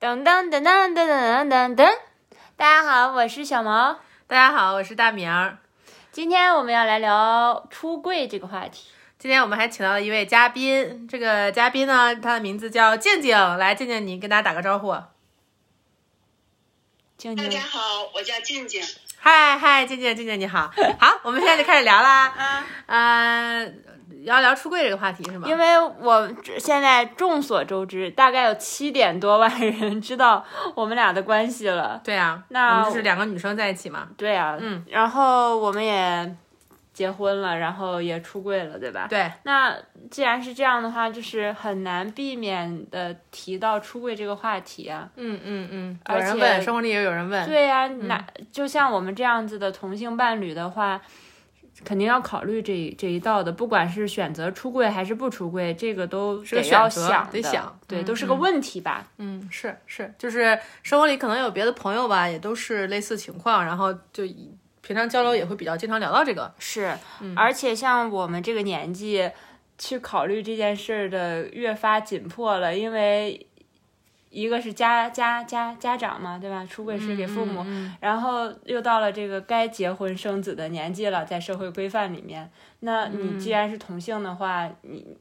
噔噔噔噔噔噔噔噔，大家好，我是小毛。大家好，我是大明儿。今天我们要来聊出柜这个话题。今天我们还请到了一位嘉宾，这个嘉宾呢，他的名字叫静静。来，静静，你跟大家打个招呼。静大静家，好，我叫静静。嗨嗨，静静，静静 你好，好，我们现在就开始聊啦。啊，呃，要聊出柜这个话题是吗？因为我现在众所周知，大概有七点多万人知道我们俩的关系了。对啊，那我们就是两个女生在一起嘛。对啊，嗯，然后我们也结婚了，然后也出柜了，对吧？对，那既然是这样的话，就是很难避免的提到出柜这个话题啊。嗯嗯嗯，有而且人问，生活里也有人问。对呀、那、就像我们这样子的同性伴侣的话，肯定要考虑这一这一道的，不管是选择出柜还是不出柜，这个都得个要选择想的，得想对，嗯都是个嗯问题吧。嗯，是是，就是生活里可能有别的朋友吧，也都是类似情况，然后就以平常交流也会比较经常聊到这个。是，而且像我们这个年纪，去考虑这件事儿的越发紧迫了，因为一个是家家家家长嘛，对吧？出柜是给父母，嗯然后又到了这个该结婚生子的年纪了，在社会规范里面，那嗯你既然是同性的话，你。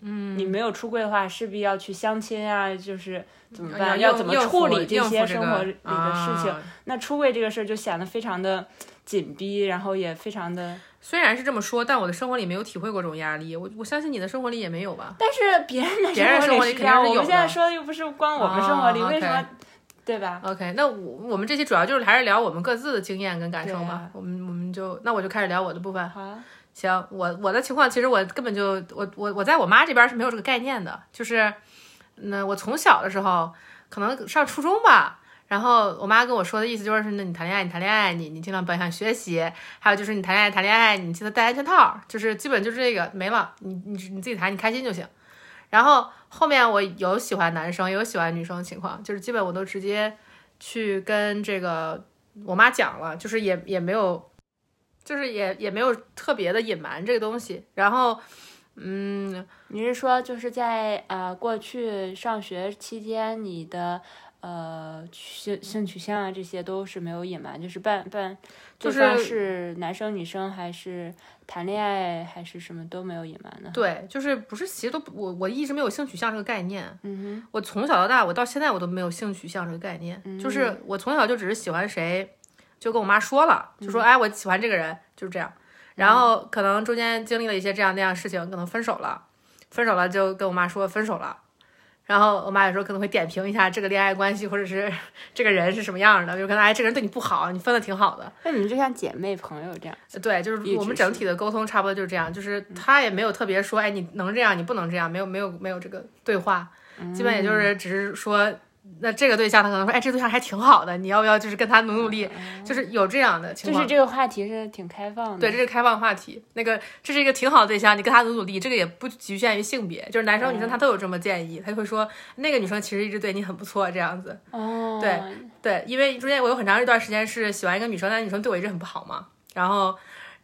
嗯，你没有出柜的话，势必要去相亲啊，就是怎么办？要要怎么处理这些生活里里的事啊情？那出柜这个事儿就显得非常的紧逼，然后也非常的虽然是这么说，但我的生活里没有体会过这种压力。我我相信你的生活里也没有吧？但是别人的别人生生活活里里是肯这样，定是我有们现在的说的又不是光我们生活里，哦为什么 OK 对吧？ OK，那我我们这期主要就是还是聊我们各自的经验跟感受对吧啊。我们我们就那我就开始聊我的部分。好啊，行，我我的情况其实我根本就我我我在我妈这边是没有这个概念的，就是那我从小的时候，可能上初中吧。然后我妈跟我说的意思就是，那你谈恋爱，你谈恋爱，你你尽量不要想学习，还有就是你谈恋爱，谈恋爱，你记得戴安全套，就是基本就是这个没了，你你你自己谈，你开心就行。然后后面我有喜欢男生，有喜欢女生的情况，就是基本我都直接去跟这个我妈讲了，就是也也没有，就是也也没有特别的隐瞒这个东西。然后，嗯，你是说就是在呃过去上学期间，你的呃性性取向啊这些都是没有隐瞒，就是半半对就是方是男生女生还是谈恋爱还是什么都没有隐瞒的。对，就是不是其实都不我我一直没有性取向这个概念，嗯我从小到大，我到现在我都没有性取向这个概念，就是我从小就只是喜欢谁，就跟我妈说了，嗯就说、哎，我喜欢这个人，就是这样。然后可能中间经历了一些这样那样的事情，可能分手了，分手了就跟我妈说分手了。然后我妈有时候可能会点评一下这个恋爱关系，或者是 这个人是什么样的，就可能哎，这个人对你不好，你分的挺好的。哼，那你们就像姐妹朋友这样。对，就是一我直们整是嗯体的沟通差不多就是这样，就是他也没有特别说，哎，你能这样，你不能这样，没有没有没有这个对话，基本也就是嗯只是说，那这个对象他可能说，哎，这对象还挺好的，你要不要就是跟他努努力，就是有这样的嗯情就是况。这个话题是挺开放的，对，这是开放话题。那个，这是一个挺好的对象，你跟他努努力，这个也不局限于性别，就是男生嗯女生他都有这么建议，他就会说那个女生其实一直对你很不错这样子。哦，对对，因为中间我有很长一段时间是喜欢一个女生，但是女生对我一直很不好嘛。然后，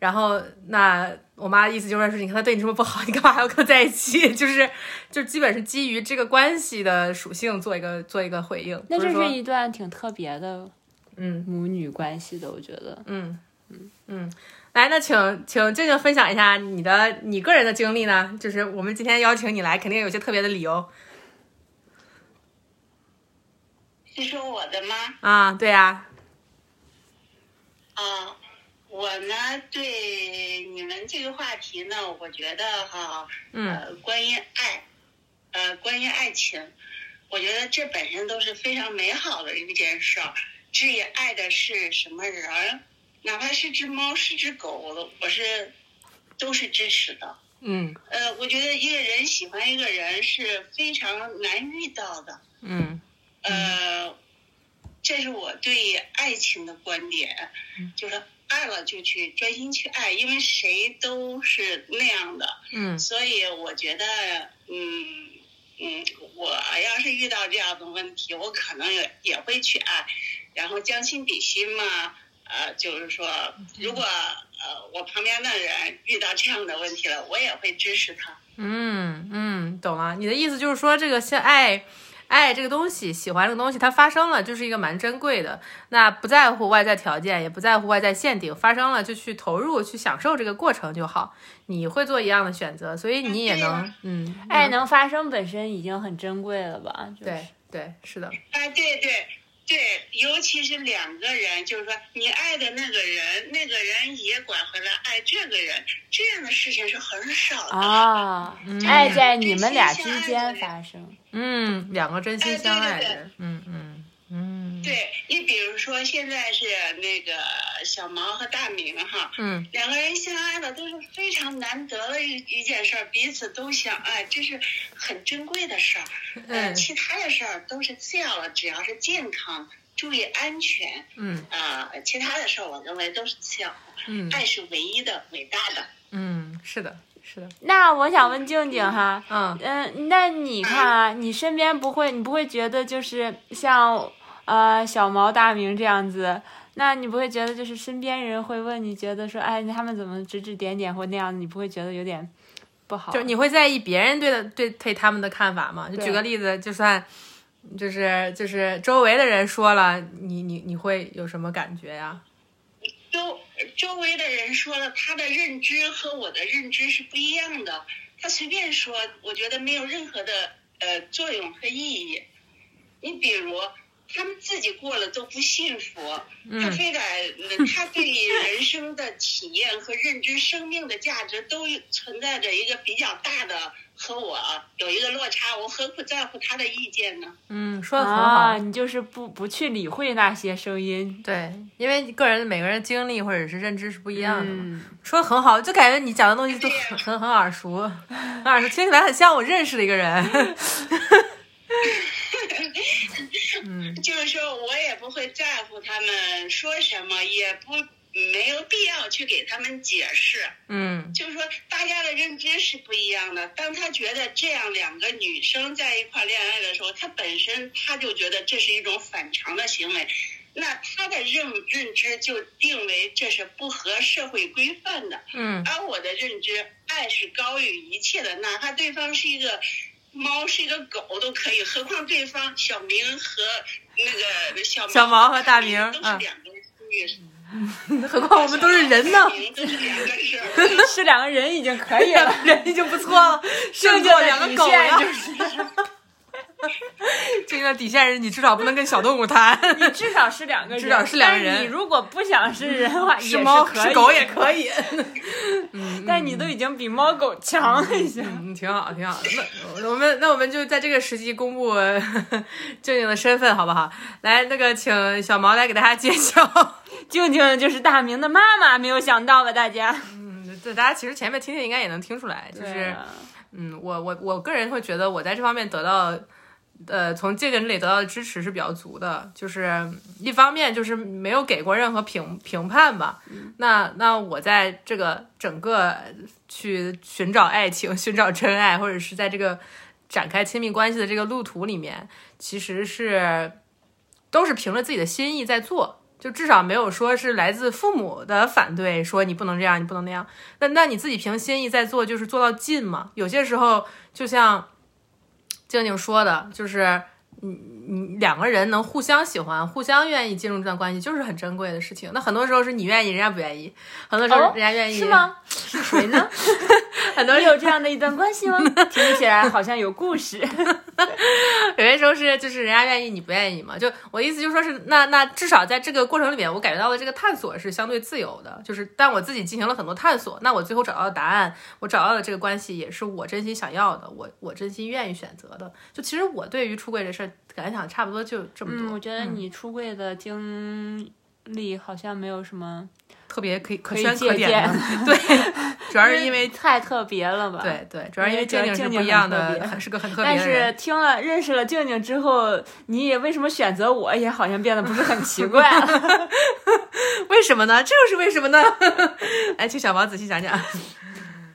然后那我妈的意思就是说，你看她对你这么不好，你干嘛还要跟她在一起？ 就是，就基本是基于这个关系的属性做一个做一个回应。那不这是说是一段挺特别的嗯母女关系的，我觉得。嗯嗯。来，那请请静静分享一下你的你个人的经历呢？就是我们今天邀请你来，肯定有些特别的理由是说我的吗？啊。对呀、啊，我呢对你们这个话题呢，我觉得哈，嗯呃，关于爱，呃，关于爱情，我觉得这本身都是非常美好的一件事儿。至于爱的是什么人儿，哪怕是只猫是只狗，我我是都是支持的。嗯呃，我觉得一个人喜欢一个人是非常难遇到的。嗯呃，这是我对爱情的观点，就是爱了就去专心去爱，因为谁都是那样的，嗯所以我觉得，嗯嗯，我要是遇到这样的问题，我可能也也会去爱，然后将心比心嘛，呃，就是说，如果呃我旁边的人遇到这样的问题了，我也会支持他。嗯嗯，懂了。你的意思就是说，这个现爱爱这个东西，喜欢这个东西，它发生了就是一个蛮珍贵的。那不在乎外在条件，也不在乎外在限定，发生了就去投入，去享受这个过程就好。你会做一样的选择，所以你也能，嗯，爱能发生本身已经很珍贵了吧？就是、对对，是的，哎，对对对，尤其是两个人，就是说你爱的那个人，那个人也拐回来爱这个人，这样的事情是很少的。啊，嗯爱在你们俩之间发生。嗯，两个真心相爱的哎对对人，嗯嗯嗯，，对你比如说现在是那个小毛和大明哈，嗯两个人相爱了都是非常难得的一一件事儿，彼此都相爱，这是很珍贵的事儿。呃，嗯其他的事儿都是次要的，只要是健康，注意安全嗯啊、呃其他的事儿我认为都是次要的。嗯爱是唯一的、伟大的。嗯，是的，是的，那我想问静静哈，嗯嗯，那你看啊，你身边不会，你不会觉得就是像呃小毛、大明这样子，那你不会觉得就是身边人会问你觉得说，哎，他们怎么指指点点或那样子，你不会觉得有点不好？就是你会在意别人对的对对他们的看法吗？就对举个例子，就算就是就是周围的人说了，你你你会有什么感觉呀？周周围的人说了，他的认知和我的认知是不一样的。他随便说，我觉得没有任何的呃作用和意义。你比如，他们自己过了都不信佛，他嗯非得呃他对人生的体验和认知、生命的价值都存在着一个比较大的和我有一个落差，我何苦在乎他的意见呢？嗯，说的很好。啊，你就是不不去理会那些声音，对，因为个人每个人经历或者是认知是不一样的嘛。嗯，说的很好，就感觉你讲的东西都对呀很很很耳熟，很耳熟，听起来很像我认识的一个人。嗯就是说我也不会在乎他们说什么，也不没有必要去给他们解释。嗯就是说，大家的认知是不一样的。当他觉得这样两个女生在一块儿恋爱的时候，他本身他就觉得这是一种反常的行为，那他的认认知就定为这是不合社会规范的。嗯而我的认知，爱是高于一切的，哪怕对方是一个猫，是一个狗都可以，何况对方小明和那个小小毛和大明嗯都是两个人出去，何况我们都是人呢小毛，和大明都是两个人 儿。是两个人已经可以了。人已经不错 了，剩下下的两个底狗线呀就。 这个底线是你至少不能跟小动物谈， 至少是两个人，至少是两个人但你如果不想是人的话，也是猫可以是狗也可以。 但你都已经比猫狗强了一些。嗯，挺好，挺好。那我们那我们就在这个时机公布 呵呵静静的身份，好不好？来，那个请小毛来给大家揭晓。静静就是大明的妈妈，没有想到吧，大家？ 嗯，对，大家其实前面听听应该也能听出啊来，就是嗯，我我我个人会觉得我在这方面得到。呃，从这个人里得到的支持是比较足的，就是一方面就是没有给过任何评评判吧。那那我在这个整个去寻找爱情、 寻找真爱，或者是在这个展开亲密关系的这个路途里面，其实是都是凭着自己的心意在做，就至少没有说是来自父母的反对，说你不能这样，你不能那样。那那你自己凭心意在做，就是做到尽嘛。有些时候就像静静说的，就是你你两个人能互相喜欢，互相愿意进入这段关系，就是很珍贵的事情。那很多时候是你愿意，人家不愿意；很多时哦候人家愿意，是？吗？是谁呢？哎 很多你时候有这样的一段关系 吗？听起来好像有故事。有些时候是就是人家愿意你不愿意嘛，就我意思就是说是那那至少在这个过程里面，我感觉到的这个探索是相对自由的，就是但我自己进行了很多探索，那我最后找到的答案，我找到的这个关系也是我真心想要的，我我真心愿意选择的。就其实我对于出柜这事儿感想差不多就这么嗯，多，我觉得你出柜的经历好像没有什么，特别可以可可以圈可借点 的，对，主要是因为。太特别了吧？。对对，主要是因为因为静静静是静不一样很特的，别很是个很特别但的是人。听了认识了静静之后，你也为什么选择我，也好像变得不是很奇怪了。 为什么呢？这又是为什么呢？ 来，请小毛仔细讲 讲。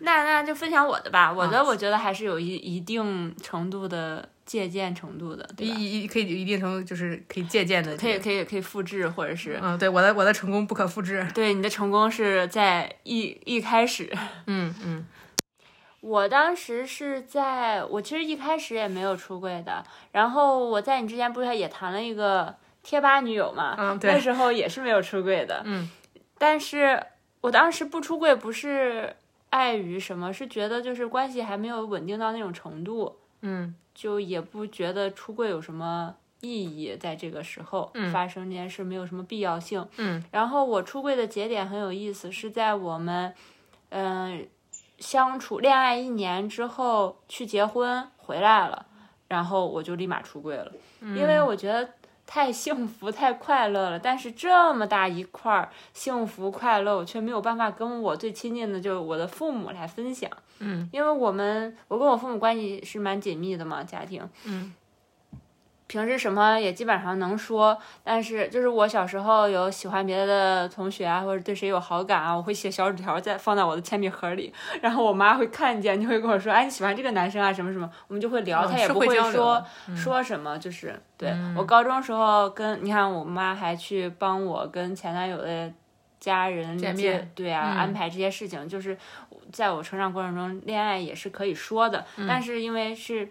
那那就分享我的吧，我的我觉得还是有一一定程度的借鉴程度的，对吧？一一可以一定程度就是可以借鉴的可这个，以可以可以复制，或者是嗯，对，我的我的成功不可复制。 对你的成功是在一一开始。嗯嗯我当时是在，我其实一开始也没有出柜的。然后我在你之前不是也谈了一个贴吧女友嘛？嗯对那时候也是没有出柜的。嗯，但是我当时不出柜不是碍于什么，是觉得就是关系还没有稳定到那种程度，嗯就也不觉得出柜有什么意义，在这个时候嗯发生这件事没有什么必要性。嗯然后我出柜的节点很有意思，是在我们嗯、相处恋爱一年之后去结婚回来了，然后我就立马出柜了，因嗯为我觉得。太幸福太快乐了，但是这么大一块儿幸福快乐，我却没有办法跟我最亲近的，就是我的父母来分享。嗯因为我们我跟我父母关系是蛮紧密的嘛，家庭，嗯，平时什么也基本上能说，但是就是我小时候有喜欢别的同学啊，或者对谁有好感啊，我会写小纸条在放到我的铅笔盒里，然后我妈会看见，就会跟我说，哎，你喜欢这个男生啊，什么什么，我们就会聊，她也嗯是不会交流说的，嗯说什么，就是对我高中时候跟你看我妈还去帮我跟前男友的家人见接面嗯对啊，安排这些事情，就是在我成长过程中，恋爱也是可以说的，嗯但是因为是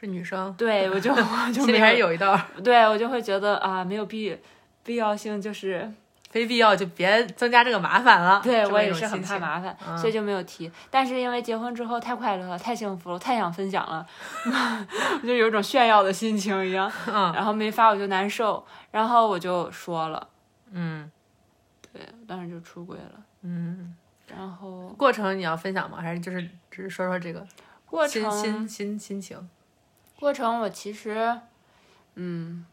是女生，对我就 我就心没里还是有一道儿，对我就会觉得啊，没有必必要性，就是非必要就别增加这个麻烦了。对这么我一也种是很心怕情嗯麻烦，所以就没有提。但是因为结婚之后太快乐了，太幸福了，太想分享了， 我就有一种炫耀的心情一样。 嗯然后没发我就难受，然后我就说了，嗯对，当时就出轨了。嗯，然后过程你要分享吗？还是就是只是说说这个过心心程心心情？过程我其实嗯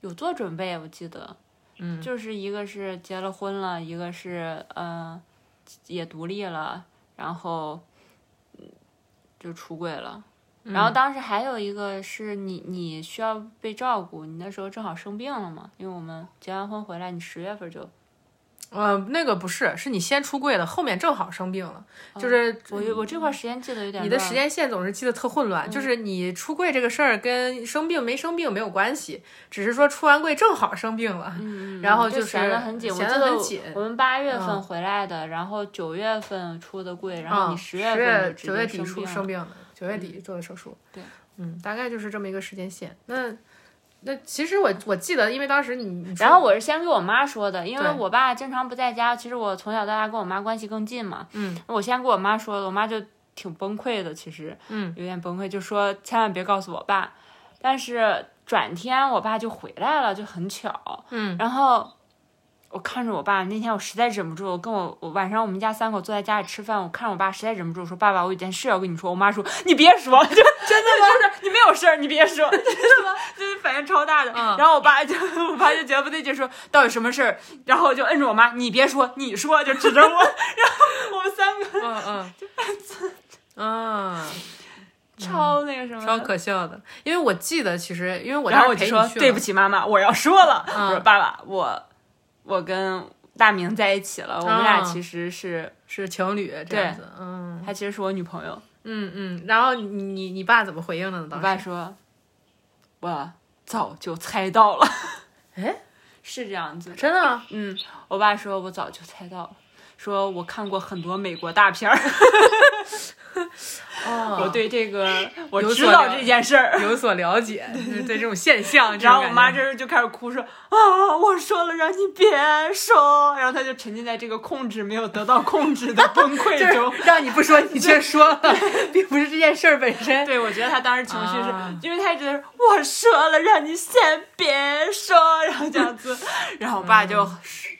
有做准备，我记得。嗯就是一个是结了婚了，一个是呃也独立了，然后嗯就出柜了。然嗯后当时还有一个是你，你需要被照顾，你那时候正好生病了嘛，因为我们结完婚回来，你十月份就，呃，那个不是，是你先出柜的，后面正好生病了，就是哦我有我这块时间记得有点你的乱时间线总是记得特混嗯乱，就是你出柜这个事儿跟生病没生病没有关系，只是说出完柜正好生病了，嗯，嗯然后就就是闲得很紧，我闲记得得很紧我们八月份嗯回来的，然后九月份出的柜，然后嗯，你十月份就直九接月底出生生病病的，九月底做的手术。对，嗯，大概就是这么一个时间线。那那其实我我记得，因为当时你，你然说后我是先给我妈说的，因为嗯对我爸经常不在家，其实我从小到大跟我妈关系更近嘛。嗯，我先给我妈说的，我妈就挺崩溃的，其实，嗯，有点崩溃，就说千万别告诉我爸。但是转天我爸就回来了，就很巧，嗯，然后。我看着我爸那天，我实在忍不住，我跟我我晚上我们家三口坐在家里吃饭，我看着我爸实在忍不住，我说爸爸，我有件事要跟你说。我妈说你别说， 就真的吗？你没有事儿，你别说，真的吗？就是反应超大的。嗯然后我爸就我爸就觉得不对劲，说到底什么事儿，然后就摁住我妈，你别说，你说，就指着 我，然后我们三个嗯 嗯。嗯，超那个什么超的。可笑的，因为我记得，其实因为我然后当我就时陪你说去对嘛不起妈妈，我要说了。嗯我说爸爸，我我跟大明在一起了，我们俩嗯其实是、是情侣这样子，嗯她其实是我女朋友。嗯嗯。然后你你你爸怎么回应的呢？我当爸时说，我早就猜到了，哎， 是这样子的。真的 啊嗯，我爸说我早就猜到了。说我看过很多美国大片儿，哦，我对这 个我有知所道了这件事儿，有所了 解，就是对这种现象。然后我妈这这种感觉时候就开始哭说啊，我说了让你别说，然后她就沉浸在这个控制没有得到控制的崩 溃中就。是让你不 说，你却说了， 并不是这件事儿本身。对，我觉得她当时情绪是，啊因为她一直在说我说了让你先别说，然后这样 子，然后我爸就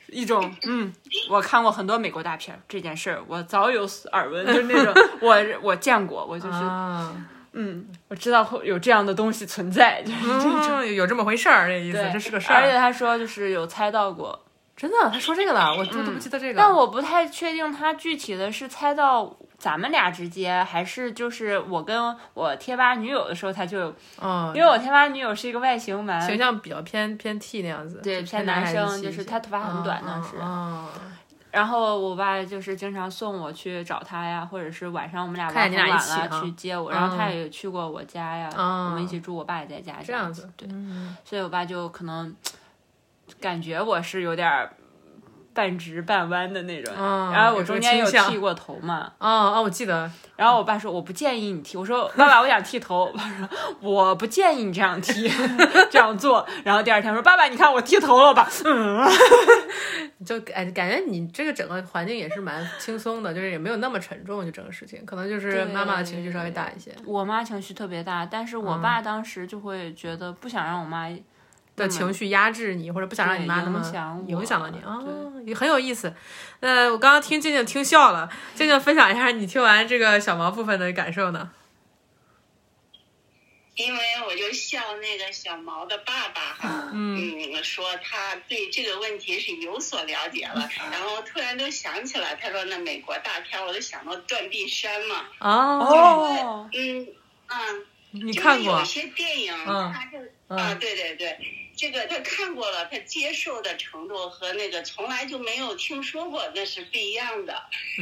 一种嗯，我看过很多美国大片儿，这件事儿我早有耳闻，就是 那种我我见过，我就是、啊，嗯，我知道会有这样的东西存在，就是这种、嗯，有这么回事儿，这意思对，，这是个事而且儿。嗯他说就是有猜到过。真的，他说这个了，嗯我都都不记得这个。但我不太确定他具体的是猜到咱们俩之间，还是就是我跟我贴吧女友的时候，他就有，嗯因，为我贴吧女友是一个外形蛮形象比较偏偏 T 那样子，对就偏男男孩生，子就气是一些他头发很短嗯当时，嗯然后我爸就是经常送我去找他呀，或者是晚上我们俩玩看很见你晚俩一起了哈去接我，然后他嗯也去过我家呀，嗯我们一起住，我爸也在家这样子，对，嗯所以我爸就可能感觉我是有点儿半直半弯的那种，嗯然后我有这中个间有倾向剃过头嘛，哦哦，我记得，然后我爸说我不建议你剃，我说爸爸我想剃头，我爸说我不建议你这样剃， 这样做。然后第二天我说爸爸你看我剃头了吧，嗯，就感哎感觉你这个整个环境也是蛮轻松的，就是也没有那么沉重，就整个事情，可能就是妈妈的情绪稍微大一些 我妈情绪特别大，但是我爸当时就会觉得不想让我妈的情绪压制你，或者不想让你妈那么对影响我影响到你啊对，也很有意思。呃，我刚刚听静静听笑了，静静分享一下你听完这个小毛部分的感受呢？因为我就笑那个小毛的爸爸哈，嗯，说他对这个问题是有所了解了，嗯然后突然都想起来，他说那美国大片儿，我就想到《断臂山》嘛，哦，哦，嗯嗯，你就是看过有？些电影，嗯他就啊，嗯对对对，这个他看过了，他接受的程度和那个从来就没有听说过那是不一样的。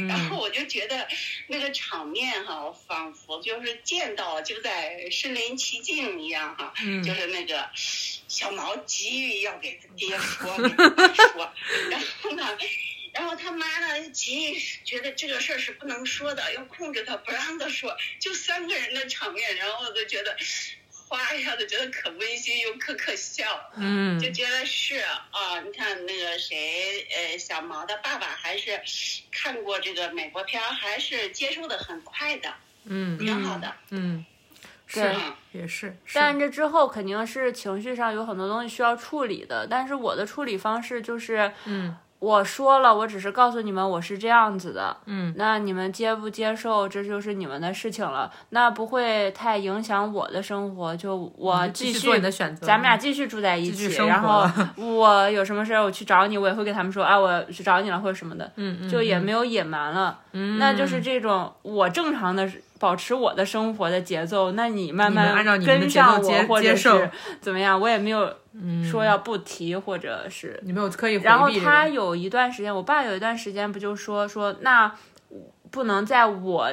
然后嗯我就觉得那个场面哈、我仿佛就是见到就在身临其境一样哈、嗯就是那个小毛急于要给他爹说，给他爸说，然后呢，然后他妈呢急于觉得这个事儿是不能说的，要控制他，不让他说，就三个人的场面，然后我就觉得，哗一下子觉得可温馨又可可笑。嗯就觉得是啊，你看那个谁，呃，小毛的爸爸还是看过这个美国片儿，还是接受的很快的，嗯挺好的。嗯，是对嗯，也是，是但这之后肯定是情绪上有很多东西需要处理的，但是我的处理方式就是嗯我说了，我只是告诉你们我是这样子的，嗯那你们接不接受，这就是你们的事情了，那不会太影响我的生活，就我嗯继续续做你的选择，咱们俩继续住在一继续起，生活然后我有什么事儿我去找你，我也会跟他们说啊，我去找你了或者什么的，嗯嗯就也没有，有隐瞒了。嗯那就是这种我正常的保持我的生活的节奏，那你慢你慢们按照你们的跟上节奏接我或者接受是怎么样，我也没有嗯说要不提或者是。你没有刻意回避这个，然后他有一段时间，我爸有一段时间不就说说那不能在我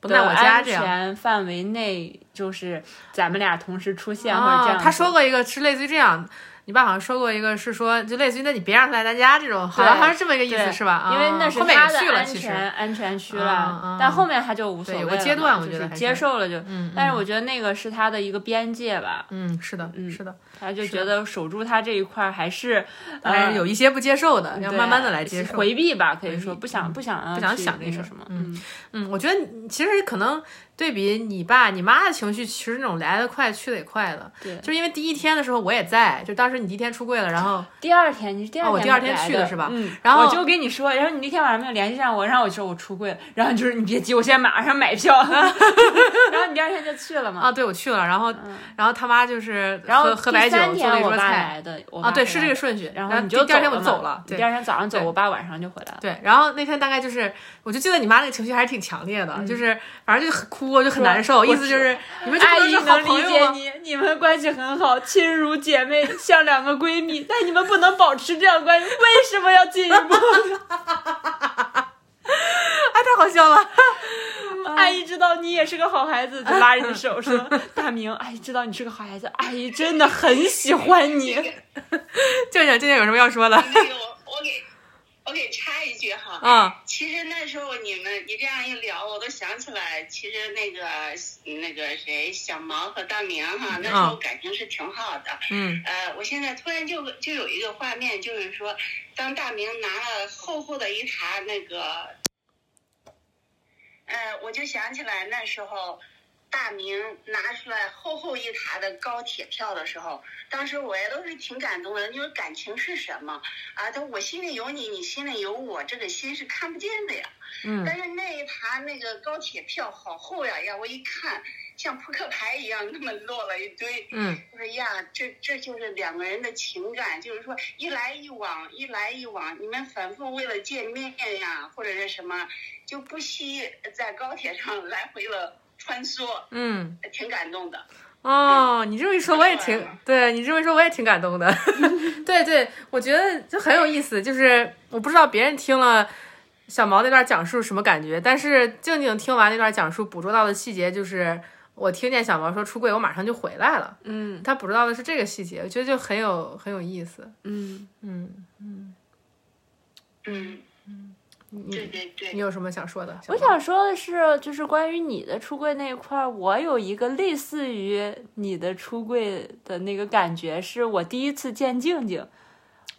不的在我家安这样。全范围内，就是咱们俩同时出现或者这啊样，子。他说过一个是类似于这样，你爸好像说过一个是说，就类似于那你别让他来咱家这种，好像对好像是这么一个意思对是吧？啊因为那是后面他的也去了，安其实全哎安全区啊啊了，但后面他就无所对谓有了个嘛，阶段我觉就得是还是接受了就。嗯，但是嗯我觉得那个是他的一个边界吧，嗯是的，嗯是的，他就是觉得守住他这一块儿还是当然有一些不接受的，呃要对慢慢的来接受。回避吧，可以说避嗯不想不想要不想去想那那个个什么，嗯嗯，嗯，我觉得你其实可能对比你爸你妈的情绪，其实那种来得快去得也快的。对就是因为第一天的时候我也在，就当时你第一天出柜了，然后 第二天你是第二哦天、我第二天去的的是吧嗯，然后我就跟你说，然后你那天晚上没有联系上我，然后我就说我出柜了，然后你就说你别急，我现在马上买票， 然后你第二天就去了嘛。啊，对我去了，然后然后他妈就是嗯然后喝喝第白酒三做了天一我桌爸菜。来的，我啊，爸对，回是来这个的顺序。然后你第就第二天我嘛走了，你对第二天早上走，对我爸晚上就回来了。对。然后那天大概就是，我就记得你妈那个情绪还是挺强烈的，嗯就是反正就很哭，就很难受，我意思就是你们就阿不能姨是好能朋理解友吗？你，你们关系很好，亲如姐妹，像两个闺蜜，但你们不能保持这样关系，为什么要进一步？哎，太好笑了。 阿姨知道你也是个好孩子，就拉着你的手 说：“大明，阿姨知道你是个好孩子，阿姨真的很喜欢你。静静，静静有什么要说的？那个我我给我给插一句哈，啊，其实那时候你们你这样一聊，我都想起来，其实那个那个谁，小毛和大明哈，那时候感情是挺好的。嗯呃，我现在突然就就有一个画面，就是说，当大明拿了厚厚的一沓那个，呃，我就想起来那时候。大明拿出来厚厚一沓的高铁票的时候，当时我也都是挺感动的。你说感情是什么啊？但我心里有你，你心里有我，这个心是看不见的呀。嗯但是那一沓那个高铁票好厚呀，呀，我一看像扑克牌一样那么摞了一堆。嗯我说呀，这这就是两个人的情感，就是说一来一往，一来一往，你们反复为了见面呀，或者是什么，就不惜在高铁上 来回了穿梭，呃嗯。挺感动的。哦，你这么一说，我也 挺太好了对你这么一说，我也挺感动的。 对对，我觉得就很有意思，就是我不知道别人听了小毛那段讲述什么感觉，但是静静听完那段讲述，捕捉到的细节就是，我听见小毛说出柜，我马上就回来了。” 嗯他捕捉到的是这个细节，我觉得就很有很有意思。嗯，嗯嗯，嗯嗯，对对对，你有什么想说的？我想说的是，就是关于你的出柜那一块儿，我有一个类似于你的出柜的那个感觉，是我第一次见静静，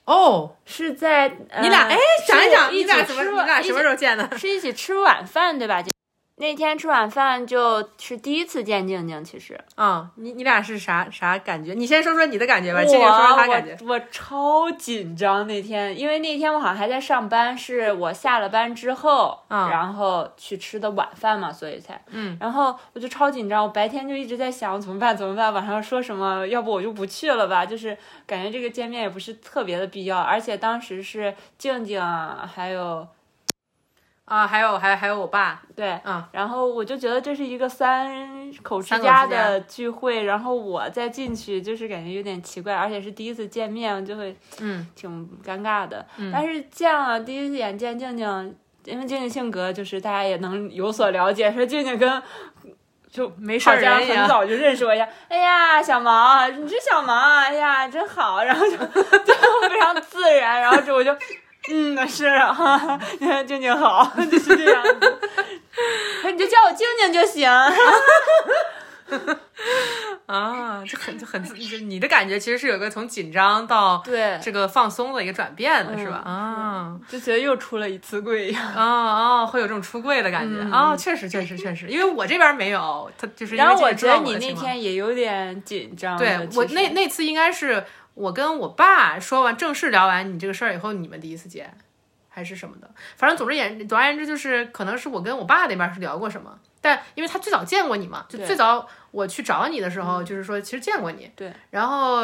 哦，是在呃你俩哎，讲一讲一你俩什么？你俩什么时候？候见的？ 是一起吃晚饭对吧？就那天吃晚饭就是第一次见静静，其实嗯，你你俩是啥啥感觉？你先说说你的感觉吧，我静静说说她感觉。我我超紧张那天，因为那天我好像还在上班，是我下了班之后，嗯然后去吃的晚饭嘛，所以才嗯，然后我就超紧张，我白天就一直在想怎么办怎么办，晚上说什么，要不我就不去了吧，就是感觉这个见面也不是特别的必要，而且当时是静静啊还有啊，还有还有还有我爸，对，嗯，然后我就觉得这是一个三口之三口之家家的聚会，然后我再进去就是感觉有点奇怪，而且是第一次见面，就会嗯挺尴尬的。但是见了第一眼见静静，因为静静性格就是大家也能有所了解，说静静跟就没事好儿像人一很样。早就认识我一样。哎呀，小毛，你是小毛啊，哎呀，真好。然后就 就非常自然，然后就我就。嗯，是啊，静静好，就是这样子。哎你就叫我静静就行。 啊，就很就很就你的感觉其实是有一个从紧张到对这个放松的一个转变的，是吧？嗯啊就觉得又出了一次柜一样。啊啊，会有这种出柜的感觉嗯啊，确实确实确实，因为我这边没有，他就是因为 然后这个觉知道得我你的那情况天也有点紧张的。对我其实那那次应该是我跟我爸说完正式聊完你这个事儿以后，你们第一次见，还是什么的。反正总之言总而言之就是，可能是我跟我爸那边是聊过什么，但因为他最早见过你嘛，就对嗯最早我去找你的时候，就是说其实见过你。对。然后，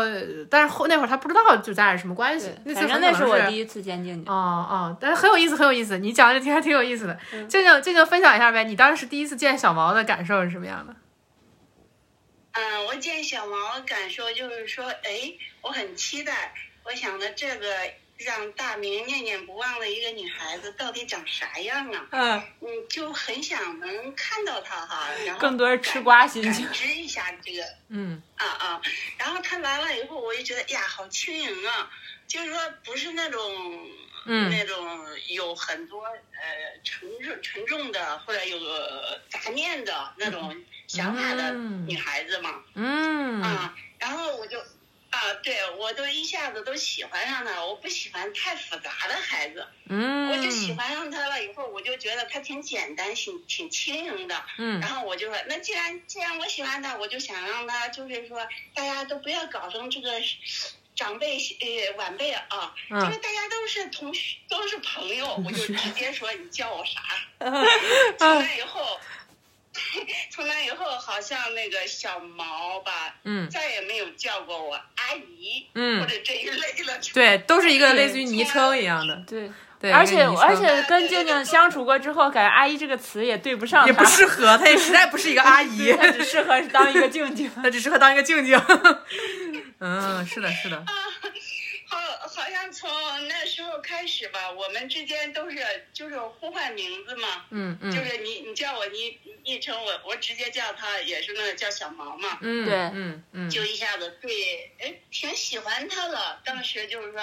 但是后那会儿他不知道就咱俩是什么关系。对次反正很那可是能我第一次见静静。哦哦，但是很有意思，很有意思。你讲的挺还挺有意思的，嗯这个这个分享一下呗。你当时第一次见小毛的感受是什么样的？嗯，我见小毛感受就是说，哎，我很期待，我想的这个让大明念念不忘的一个女孩子到底长啥样啊？嗯嗯，就很想能看到她哈，然 后更多是吃感瓜心情感。知一下这个嗯啊啊。然后她来了以后，我就觉得哎呀，好轻盈啊，就是说不是那种嗯那种有很多呃沉重沉重的或者有呃杂念的那种想法的嗯女孩子嘛，嗯啊，然后我就啊，对我都一下子都喜欢上她了，我不喜欢太复杂的孩子，嗯，我就喜欢上她了以后，我就觉得她挺简单，挺挺轻盈的，嗯然后我就说，那既然既然我喜欢他，我就想让他就是说，大家都不要搞成这个长辈呃晚辈啊，嗯就是大家都是同学，都是朋友，我就直接说你叫 我啥。从那以后， 从那以后好像那个小毛吧，嗯再也没有叫过我阿姨、或嗯，者这一类了。对，都是一个类似于昵称一样的，对，对，而且一个昵称而且跟静静相处过之后，感觉阿姨这个词也对不上她， 也不适合，她也实在不是一个阿姨 对， 她只适合是当一个静静。她只适合当一个静静。 嗯，是的，是的，好，好像从那时候开始吧，我们之间都是就是呼唤名字嘛。嗯就嗯是你你叫我昵昵称我我直接叫他也是那个叫小毛嘛，嗯，对嗯嗯就一下子对哎挺喜欢他了，当时就是说，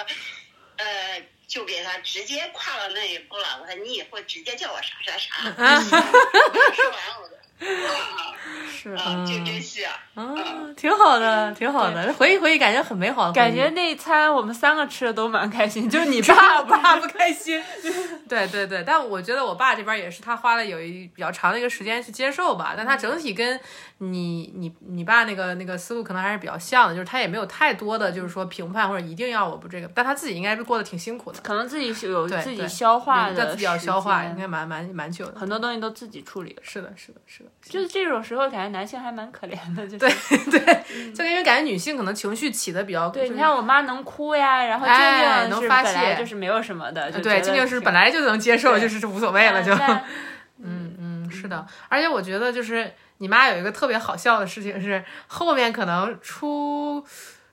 呃就给他直接跨到那一步了，我说你以后直接叫我啥啥啥，说完 我就啊是啊就真是啊啊，挺好的，挺好的，回忆回忆， 感觉很美好的回忆，感觉那一餐我们三个吃的都蛮开心，就你爸爸爸爸不开心。对对对，但我觉得我爸这边也是，他花了有一比较长的一个时间去接受吧。但嗯他整体跟你你你爸那个那个思路可能还是比较像的，就是他也没有太多的就是说评判或者一定要我不这个，但他自己应该是过得挺辛苦的， 可能自己是有对自己对消化对的，自己要消化，应该，蛮蛮蛮久的。很多东西都自己处理了。是的，是的，是的，就是这种时候，感觉男性还蛮可怜的，就是对对，就因为感觉女性可能情绪起的比较，对，就是你看我妈能哭呀，然后静哎静能是发本来泄呃就是没有什么的，就对，静这就是本来就能接受，对嗯就是无所谓了就。但嗯，是的，而且我觉得就是你妈有一个特别好笑的事情是，后面可能出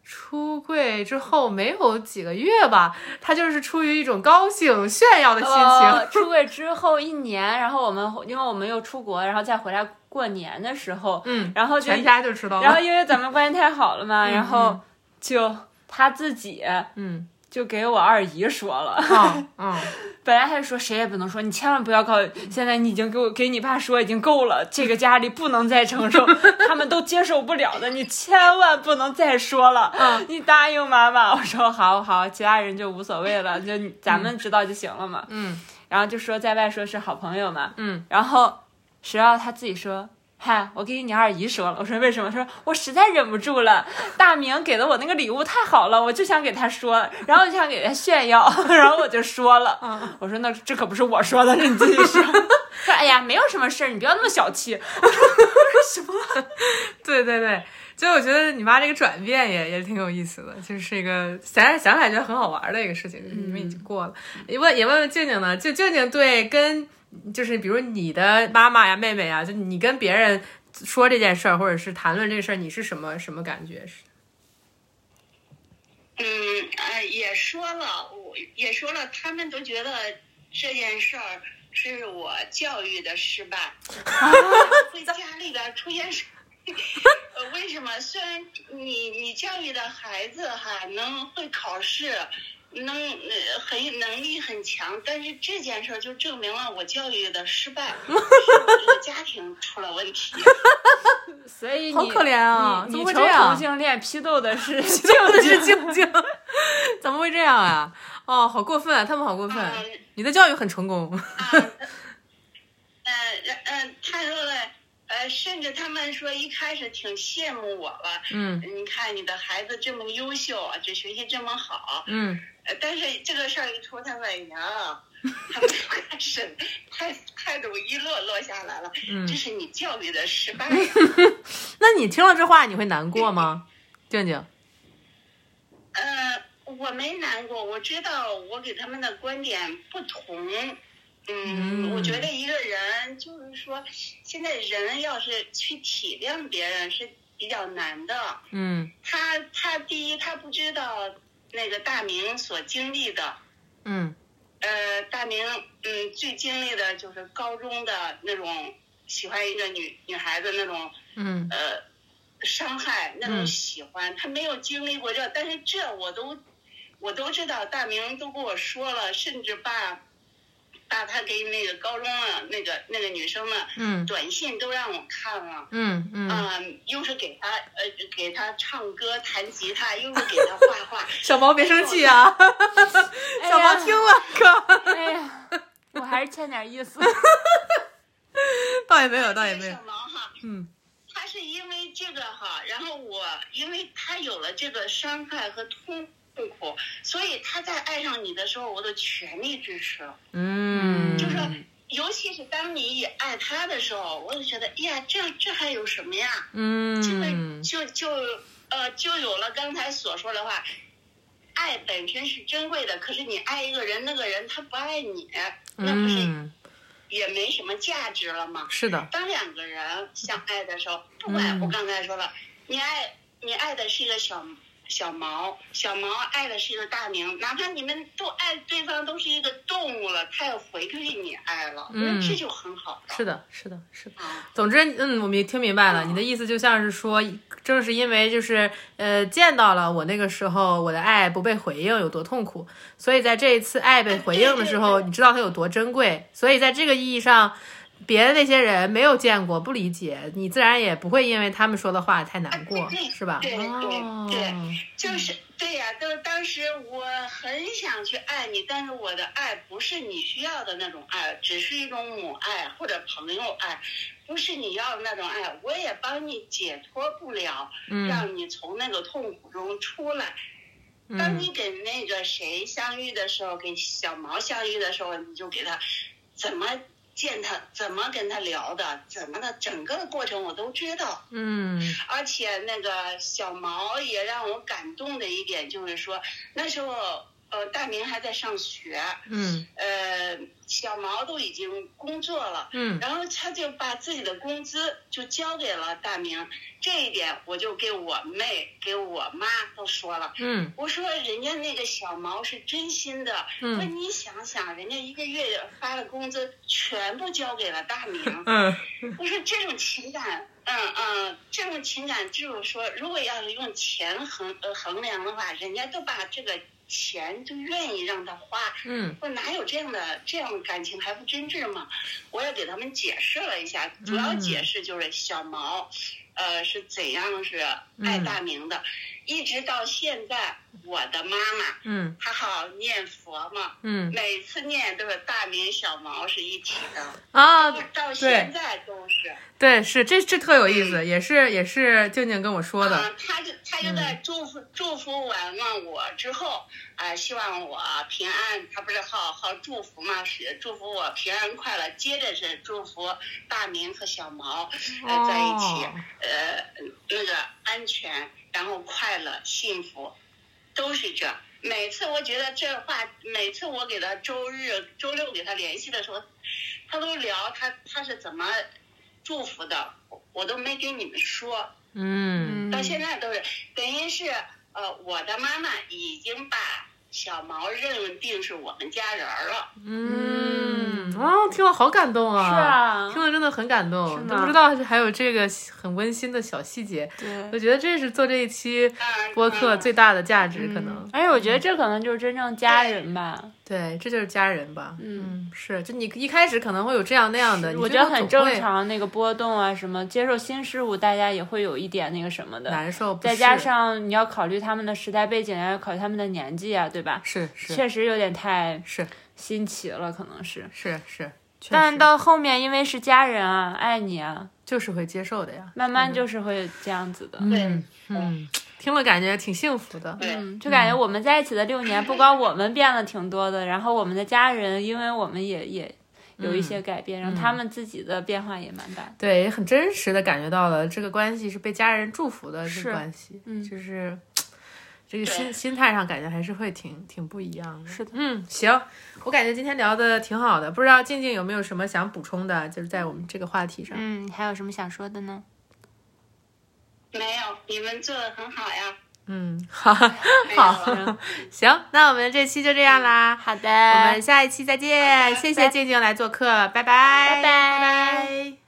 出柜之后没有几个月吧，她就是出于一种高兴炫耀的心呃，情，出柜之后一年，然后我们因为我们又出国，然后再回来过年的时候，嗯，然后就全家就知道然后了，因为咱们关系太好了嘛，然后就他自己嗯，就给我二姨说了。嗯嗯，本来还说谁也不能说，你千万不要告。现在你已经给我给你爸说已经够了，这个家里不能再承受， 他们都接受不了的，你千万不能再说了。嗯你答应妈妈，我说好好，其他人就无所谓了，就你咱们知道就行了嘛。嗯然后就说在外说是好朋友嘛，嗯，然后石耀他自己说。嗨，我给你二姨说了，我 说为什么？她说我实在忍不住了，大明给了我那个礼物太好了，我就想给他说，然后就想给他炫耀， 然后我就说了，我说那这可不是我说的，是你自己 说。说哎呀，没有什么事儿，你不要那么小气。 对对对，就我觉得你妈这个转变也也挺有意思的，就是一个想想想起来觉得很好玩的一个事情，就是你们已经过了。也问也问问静静呢，就静静对跟就是比如你的妈妈呀、妹妹呀，就你跟别人说这件事儿，或者是谈论这事儿，你是什么什么感觉？ 是嗯，呃，也说了，我也说了，他们都觉得这件事儿是我教育的失败，会家里边出现事。呃为什么？ 虽然你你教育的孩子哈能会考试，能呃很能力很强，但是这件事儿就证明了我教育的失败，是我这个家庭出了问题。所以你好可怜啊你怎你么会成这样同性恋 批斗的是静静静静， 怎么会这样啊？哦，好过分啊！他们好过分，嗯你的教育很成功。 啊，呃，然嗯，他说了，呃，甚至他们说一开始挺羡慕我了，嗯你看你的孩子这么优秀啊，这学习这么好，嗯，呃但是这个事儿一出，他们哎呀，他们就开始态态度一落落下来了，嗯这是你教育的失败呀。啊那你听了这话，你会难过吗？静静，呃，我没难过，我知道我给他们的观点不同。嗯，嗯我觉得一个人就是说，现在人要是去体谅别人是比较难的。嗯他他第一，他不知道那个大明所经历的。嗯呃，大明嗯，最经历的就是高中的那种喜欢一个女女孩子那种嗯呃伤害那种嗯喜欢，他没有经历过这，但是这我都我都知道，大明都跟我说了，甚至把把他给那个高中的那个那个女生的嗯短信都让我看了。嗯嗯，啊、又是给他呃，给他唱歌、弹吉他，又是给他画画，小毛别生气啊！哎小毛听了，哥，哎呀，我还是欠点意思。倒也没有，倒也没这有个小，毛哈，嗯，他是因为这个哈，然后我因为他有了这个伤害和痛苦，所以他在爱上你的时候，我都全力支持。嗯，就是说尤其是当你也爱他的时候，我就觉得，哎呀，这这还有什么呀？这个嗯，就就呃，就有了刚才所说的话。爱本身是珍贵的，可是你爱一个人，那个人他不爱你，那不是嗯，也没什么价值了吗？是的，当两个人相爱的时候，不管嗯我刚才说了，你爱你爱的是一个小小毛，小毛爱的是一个大明，哪怕你们都爱对方都是一个动物了，他也回馈你爱了，嗯那这就很好了。是的，是的，是的。啊，总之，嗯，我们也听明白了，你的意思就像是说，正是因为就是呃见到了我那个时候我的爱不被回应有多痛苦，所以在这一次爱被回应的时候，对对对你知道它有多珍贵，所以在这个意义上，别的那些人没有见过不理解，你自然也不会因为他们说的话太难过，是吧？呃对对哦，对就是对呀、就是当时我很想去爱你，但是我的爱不是你需要的那种爱，只是一种母爱或者朋友爱，不是你要的那种爱，我也帮你解脱不了。嗯让你从那个痛苦中出来。当嗯你跟那个谁相遇的时候，跟小毛相遇的时候，你就给他怎么见他，怎么跟他聊的，怎么的，整个的过程我都知道。嗯而且那个小毛也让我感动的一点就是说，那时候呃大明还在上学，嗯呃小毛都已经工作了。嗯然后他就把自己的工资就交给了大明，这一点我就给我妹、给我妈都说了。嗯我说人家那个小毛是真心的，我说嗯你想想，人家一 个月发的工资全部交给了大明，嗯，我说这种情感嗯嗯，这种情感支柱说，如果要是用钱衡呃衡量的话，人家都把这个钱就愿意让他花，嗯我哪有这样的这样的感情还不真挚吗？我也给他们解释了一下，主要解释就是小毛，呃，是怎样是爱大明的，一直到现在，我的妈妈嗯她好念佛嘛，嗯每次念都是大明小毛是一体的，啊，到现在都是。对，是这这特有意思，也是也是静静跟我说的，嗯啊，他就他就在祝福、祝福完了我之后，啊、希望我平安。他不是好好祝福嘛，是祝福我平安快乐。接着是祝福大明和小毛，呃，在一哦起，呃，那个安全，然后快乐、幸福，都是这。每次我觉得这话，每次我给他周日、周六给他联系的时候，他都聊他他是怎么祝福的，我我都没跟你们说。嗯嗯到现在都是，等于是呃，我的妈妈已经把小毛认定是我们家人儿了。嗯，哦，听了好感动啊，是啊听了真的很感是动，吗都不知道还有这个很温馨的小细节，我对。觉得这是做这一期嗯，播客嗯最大的价值，可能、而且我觉得这可能就是真正家人吧，对，这就是家人吧，嗯，是，就你一开始可能会有这样那样的，你我最觉得后很总正会常，那个波动啊什么，接受新事物，大家也会有一点那个什么的，难受，不再加适上你要考虑他们的时代背景啊，要考虑他们的年纪啊，对吧？是是确实有点太是新奇了，可能是。是是，确但实到后面，因为是家人啊，爱你啊，就是会接受的呀，慢慢就是会这样子的。对嗯嗯，听了感觉挺幸福的，对，嗯，就感觉我们在一起的六年，不光我们变了挺多的，然后我们的家人，因为我们也也有一些改变，然后他们自己的变化也蛮大的。对，也很真实的感觉到了这个关系是被家人祝福的这是个关系，嗯就是这个心对心态上感觉还是会挺挺不一样的。是的嗯，行，我感觉今天聊的挺好的，不知道静静有没有什么想补充的，就是在我们这个话题上。嗯，还有什么想说的呢？没有，你们做的很好呀。嗯，好，没有好了，行，那我们这期就这样啦，嗯好的，我们下一期再见，好的谢拜谢静静来做客，拜拜，拜拜拜拜